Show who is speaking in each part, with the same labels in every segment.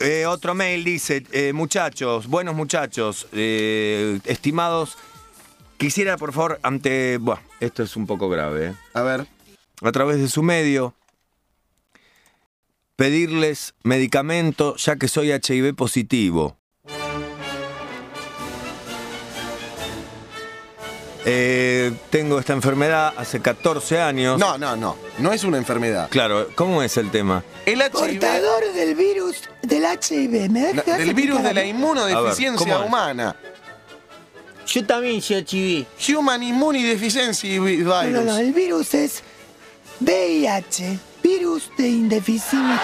Speaker 1: Eh, otro mail dice, eh, muchachos, buenos muchachos, eh, estimados, quisiera por favor, ante... Bueno, esto es un poco grave. ¿eh?
Speaker 2: A ver.
Speaker 1: a través de su medio, pedirles medicamento ya que soy HIV positivo. Eh, tengo esta enfermedad hace 14 años.
Speaker 2: No, no, no. No es una enfermedad.
Speaker 1: Claro, ¿cómo es el tema?
Speaker 2: El HIV.
Speaker 3: Portador del virus del HIV. ¿Me
Speaker 2: la-
Speaker 3: das-
Speaker 2: del virus de la
Speaker 1: A ver,
Speaker 2: inmunodeficiencia
Speaker 1: ¿cómo es?
Speaker 2: humana.
Speaker 4: Yo también soy HIV.
Speaker 2: Human Immunodeficiency Vi-
Speaker 3: No, no, no,
Speaker 2: Virus.
Speaker 3: el virus es VIH, virus de indeficiencia.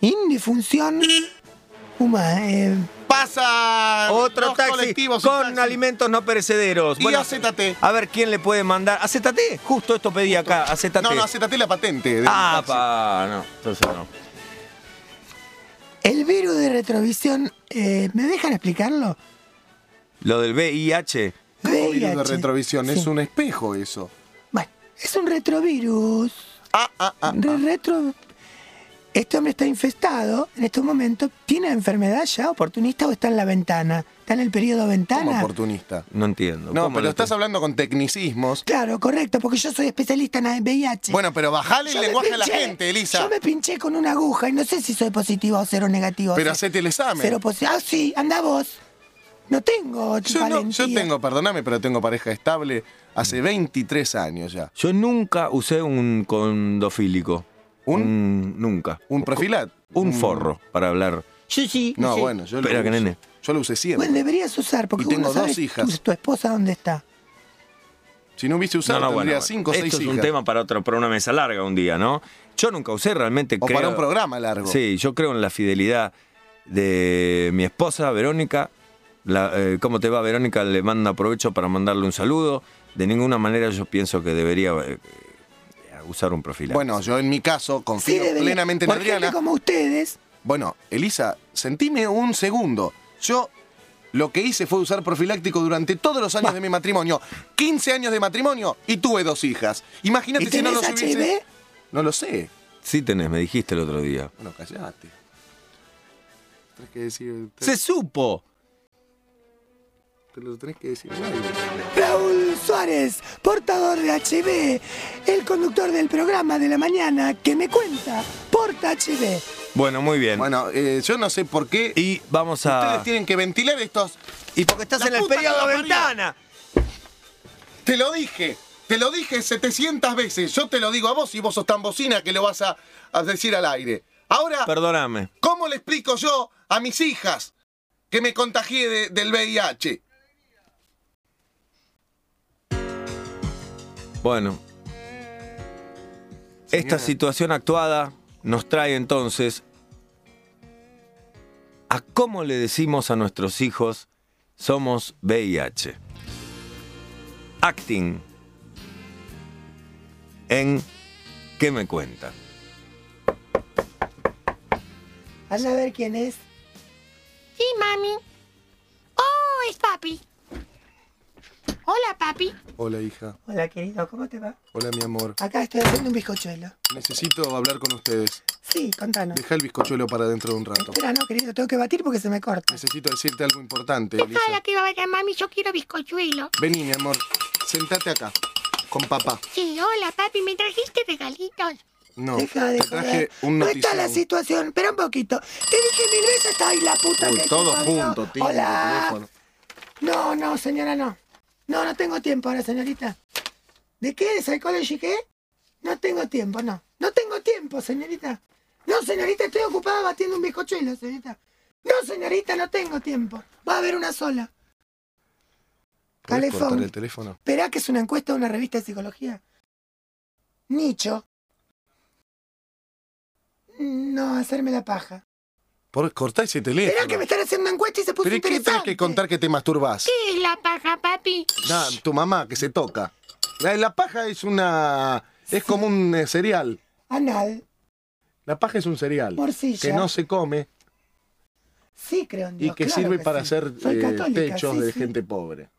Speaker 3: Indifunción humana. eh,
Speaker 2: Pasa
Speaker 1: Otro
Speaker 2: dos
Speaker 1: taxi con
Speaker 2: colectivos, un taxi.
Speaker 1: alimentos no perecederos.
Speaker 2: Y AZT.
Speaker 1: A ver quién le puede mandar. ¿AZT? Justo esto pedí acá. AZT.
Speaker 2: No, no, AZT la patente. del
Speaker 1: Ah,
Speaker 2: taxi.
Speaker 1: pa, no. Entonces no.
Speaker 3: el virus de retrovisión. eh, ¿Me dejan explicarlo?
Speaker 1: Lo del VIH.
Speaker 2: ¿Cómo virus de
Speaker 3: VIH.
Speaker 2: retrovisión, es
Speaker 3: Sí.
Speaker 2: un espejo eso.
Speaker 3: Bueno, es un retrovirus.
Speaker 2: Ah, ah, ah.
Speaker 3: Re- retro- Este hombre está infestado en estos momentos. ¿Tiene enfermedad ya oportunista o está en la ventana? ¿Está en el periodo
Speaker 2: Como
Speaker 3: ventana?
Speaker 2: oportunista.
Speaker 1: No entiendo.
Speaker 2: No,
Speaker 1: ¿Cómo
Speaker 2: pero
Speaker 1: lo
Speaker 2: estás hablando con tecnicismos.
Speaker 3: Claro, correcto, porque yo soy especialista en VIH.
Speaker 2: Bueno, pero bajale el
Speaker 3: Yo me
Speaker 2: lenguaje a la
Speaker 3: pinché,
Speaker 2: gente, Elisa.
Speaker 3: Yo me pinché con una aguja y no sé si soy positiva o cero negativa.
Speaker 2: Pero
Speaker 3: O sea,
Speaker 2: hacete el examen.
Speaker 3: Cero positivo. Ah, sí, anda vos. No tengo
Speaker 2: Yo, no- yo
Speaker 3: valentía.
Speaker 2: tengo, perdóname, pero tengo pareja estable hace 23 años ya.
Speaker 1: Yo nunca usé un condofílico.
Speaker 2: ¿Un?
Speaker 1: nunca.
Speaker 2: Un profilat. Mm.
Speaker 1: Un forro para hablar.
Speaker 4: Yo sí.
Speaker 2: No,
Speaker 4: sí.
Speaker 2: bueno, yo lo
Speaker 1: Espera que
Speaker 2: uso.
Speaker 1: nene.
Speaker 2: Yo lo usé siempre.
Speaker 3: Bueno, deberías usar, porque
Speaker 2: Y
Speaker 3: vos
Speaker 2: tengo
Speaker 3: no sabés
Speaker 2: dos hijas.
Speaker 3: tu- tu esposa dónde está.
Speaker 2: Si no hubiese usado, tendría 5 o 6
Speaker 1: Esto es
Speaker 2: hijas.
Speaker 1: un tema para otro, para una mesa larga un día, ¿no? Yo nunca usé realmente.
Speaker 2: O
Speaker 1: creo-
Speaker 2: para un programa largo.
Speaker 1: Sí, yo creo en la fidelidad de mi esposa, Verónica. La, eh, ¿Cómo te va, Verónica? Le manda provecho para mandarle un saludo. De ninguna manera yo pienso que debería eh, usar un profilaxis.
Speaker 2: Bueno, yo en mi caso
Speaker 3: Sí,
Speaker 2: confío
Speaker 3: debería.
Speaker 2: plenamente en
Speaker 3: Por gente
Speaker 2: Adriana.
Speaker 3: como ustedes,
Speaker 2: Bueno, Elisa, sentime un segundo. Yo lo que hice fue usar profiláctico durante todos los años de mi matrimonio. 15 años de matrimonio y tuve dos hijas. Imagínate
Speaker 3: ¿y
Speaker 2: si no
Speaker 3: tenés
Speaker 2: los hubiese...
Speaker 3: HIV?
Speaker 2: No lo sé.
Speaker 1: Sí tenés, me dijiste el otro día.
Speaker 2: Bueno, callate. Tenés que decir... Te,
Speaker 1: ¡Se supo!
Speaker 2: te lo tenés que decir. al aire.
Speaker 3: Raúl Suárez, portador de HIV, el conductor del programa de la mañana que me cuenta, porta HIV.
Speaker 1: Bueno, muy bien.
Speaker 2: Bueno, eh, yo no sé por qué...
Speaker 1: y vamos a...
Speaker 2: Ustedes tienen que ventilar estos...
Speaker 1: Y porque estás
Speaker 2: La
Speaker 1: en el
Speaker 2: puta que
Speaker 1: periodo
Speaker 2: la
Speaker 1: ventana.
Speaker 2: Te lo dije, te lo dije 700 veces. Yo te lo digo a vos y vos sos tan bocina que lo vas a, a decir al aire. Ahora,
Speaker 1: Perdóname.
Speaker 2: ¿cómo le explico yo a mis hijas que me contagié de- del VIH?
Speaker 1: Bueno. Esta situación actuada nos trae entonces a cómo le decimos a nuestros hijos somos VIH. Acting. En ¿Qué me cuentan?
Speaker 3: Vas a ver quién es.
Speaker 5: Sí, mami. Oh, es papi. Hola, papi.
Speaker 2: Hola, hija.
Speaker 3: Hola, querido, ¿cómo te va?
Speaker 2: Hola, mi amor.
Speaker 3: Acá estoy haciendo un bizcochuelo.
Speaker 2: Necesito hablar con ustedes.
Speaker 3: Sí, contanos.
Speaker 2: Deja el bizcochuelo para dentro de un rato.
Speaker 3: Espera, no, querido, tengo que batir porque se me corta.
Speaker 2: Necesito decirte algo importante,
Speaker 5: Deja la
Speaker 2: Elisa.
Speaker 5: que va a ver, mami. Yo quiero bizcochuelo.
Speaker 2: Vení, mi amor. Sentate acá. Con papá.
Speaker 5: Sí, hola, papi. Me trajiste regalitos.
Speaker 2: No,
Speaker 3: Deja de
Speaker 2: te traje
Speaker 3: joder.
Speaker 2: un
Speaker 3: No está la
Speaker 2: noticiero.
Speaker 3: situación, espera un poquito. Te dije mil veces, está ahí la puta
Speaker 2: Uy,
Speaker 3: que te
Speaker 2: todo
Speaker 3: parió.
Speaker 2: junto, tío.
Speaker 3: Hola. No, no, señora, no. No, no tengo tiempo ahora, señorita. ¿De qué? ¿De psychology qué? No tengo tiempo, no. No tengo tiempo, señorita. No, señorita, estoy ocupada batiendo un bizcochuelo, señorita. No, señorita, no tengo tiempo. Va a haber una sola.
Speaker 2: ¿Podés cortar
Speaker 3: Calefón.
Speaker 2: el teléfono?
Speaker 3: Esperá que es una encuesta de una revista de psicología. Nicho. No, hacerme la paja.
Speaker 2: Por, cortá ese teléfono.
Speaker 3: Esperá que me están haciendo una encuesta y se puso
Speaker 2: ¿Pero ¿y qué tenés
Speaker 3: interesante.
Speaker 2: que contar que te masturbás?
Speaker 5: ¿Qué es la paja, papi?
Speaker 2: Nah, tu mamá que se toca. La, la paja es una. Es como un eh, cereal.
Speaker 3: Anal.
Speaker 2: La paja es un cereal.
Speaker 3: Morcilla.
Speaker 2: Que no se come
Speaker 3: Sí, creo en
Speaker 2: y
Speaker 3: Dios.
Speaker 2: que
Speaker 3: claro
Speaker 2: sirve
Speaker 3: que
Speaker 2: para
Speaker 3: sí.
Speaker 2: hacer
Speaker 3: Soy
Speaker 2: eh,
Speaker 3: católica,
Speaker 2: techos
Speaker 3: sí,
Speaker 2: de
Speaker 3: sí.
Speaker 2: gente pobre.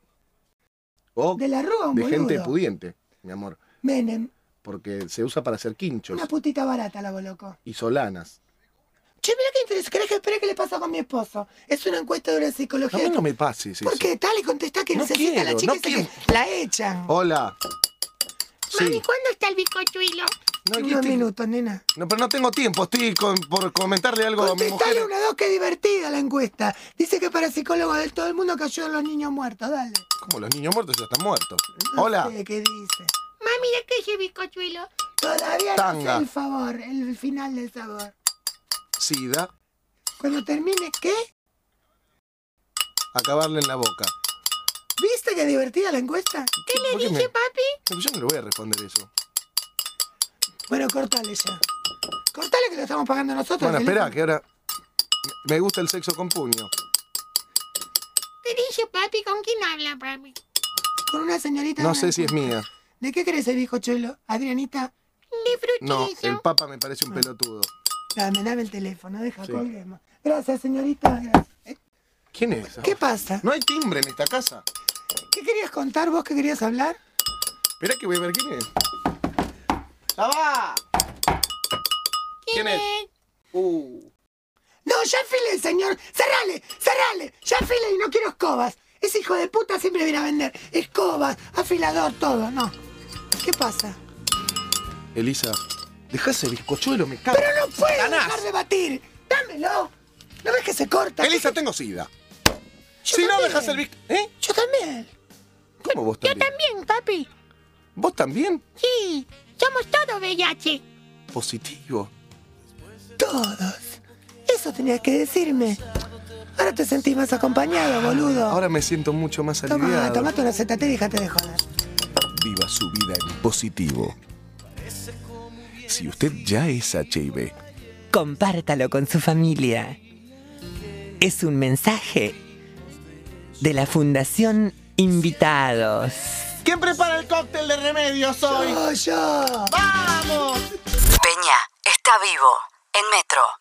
Speaker 2: O
Speaker 3: De la rúa, un
Speaker 2: de
Speaker 3: boludo.
Speaker 2: gente pudiente, mi amor.
Speaker 3: Menem.
Speaker 2: Porque se usa para hacer quinchos
Speaker 3: Una putita barata la volocó.
Speaker 2: y solanas.
Speaker 3: Che, mira qué interesante. ¿Querés que espere qué le pasa con mi esposo? Es una encuesta de una
Speaker 2: A
Speaker 3: psicología.
Speaker 2: mí no me pases eso.
Speaker 3: ¿Por qué? Dale, contestá que
Speaker 2: No
Speaker 3: necesita a la
Speaker 2: quiero,
Speaker 3: chica
Speaker 2: no
Speaker 3: esa que
Speaker 2: quiero. Oh,
Speaker 3: la echan.
Speaker 2: Hola.
Speaker 5: Mami, ¿cuándo está el bizcochuelo?
Speaker 2: No, yo
Speaker 3: Unos
Speaker 2: estoy-
Speaker 3: minutos, nena.
Speaker 2: No, pero no tengo tiempo, estoy con- por comentarle algo a mi
Speaker 3: Contestale
Speaker 2: mujer.
Speaker 3: una dos que divertida la encuesta. Dice que para psicólogos de todo el mundo que ayudan a los niños muertos. Dale.
Speaker 2: Como los niños muertos ya están muertos.
Speaker 3: No
Speaker 2: Hola.
Speaker 3: sé ¿Qué dice?
Speaker 5: Mami, ¿de qué es el bizcochuelo?
Speaker 3: Todavía no
Speaker 2: Tanga.
Speaker 3: sé el favor, el final del sabor.
Speaker 2: Sida,
Speaker 3: Cuando termine, ¿qué?
Speaker 2: acabarle en la boca.
Speaker 3: ¿Viste qué divertida la encuesta?
Speaker 5: ¿Qué le
Speaker 2: ¿Por qué
Speaker 5: dije,
Speaker 2: me-
Speaker 5: papi?
Speaker 2: Yo no le voy a responder eso.
Speaker 3: Bueno, cortale ya. Cortale que lo estamos pagando nosotros.
Speaker 2: Bueno,
Speaker 3: el
Speaker 2: espera,
Speaker 3: teléfono.
Speaker 2: que ahora. Me gusta el sexo con puño.
Speaker 5: ¿Qué dice, papi? ¿Con quién habla, papi?
Speaker 3: Con una señorita.
Speaker 2: No
Speaker 3: de
Speaker 2: sé si es
Speaker 3: Manhattan.
Speaker 2: mía.
Speaker 3: ¿De qué crees el viejo chuelo? Adrianita,
Speaker 5: De
Speaker 2: No,
Speaker 5: frutirizo.
Speaker 2: el papa me parece
Speaker 3: Ah.
Speaker 2: un pelotudo.
Speaker 3: dame, dame el teléfono, deja,
Speaker 2: Sí.
Speaker 3: colguemos. Gracias, señorita. gracias. Eh,
Speaker 2: ¿Quién es?
Speaker 3: ¿Qué pasa?
Speaker 2: No hay timbre en esta casa.
Speaker 3: ¿Qué querías contar vos que querías hablar?
Speaker 2: Espera que voy a ver quién es. ¡Ya va! ¿Quién es? Uh.
Speaker 3: No, ya afile, señor. Cerrale, cerrale. Ya afile y no quiero escobas. Ese hijo de puta siempre viene a vender escobas, afilador, todo, no. ¿Qué pasa?
Speaker 2: Elisa, dejá ese bizcochuelo, me cago.
Speaker 3: Pero no puedo dejar de batir. Dámelo. ¿No ves que se corta?
Speaker 2: Elisa,
Speaker 3: ¿Qué-
Speaker 2: tengo sida.
Speaker 3: Yo
Speaker 2: si no
Speaker 3: también.
Speaker 2: dejas el bizcochuelo. ¿Eh?
Speaker 3: Yo también.
Speaker 2: ¿Cómo vos
Speaker 5: Yo
Speaker 2: también?
Speaker 5: también, papi.
Speaker 2: ¿Vos también?
Speaker 5: Sí, somos todos VIH.
Speaker 2: Positivo.
Speaker 3: Todos. Eso tenías que decirme. Ahora te sentís más acompañado, boludo.
Speaker 2: Ahora me siento mucho más
Speaker 3: Toma,
Speaker 2: aliviado.
Speaker 3: tomate una ZT y déjate de joder.
Speaker 6: Viva su vida en positivo. Si usted ya es HIV,
Speaker 7: compártalo con su familia. Es un mensaje de la Fundación Invitados.
Speaker 4: ¿Quién prepara el cóctel de remedios hoy?
Speaker 3: ¡Oh, yo!
Speaker 4: ¡Vamos!
Speaker 8: Peña está vivo en Metro.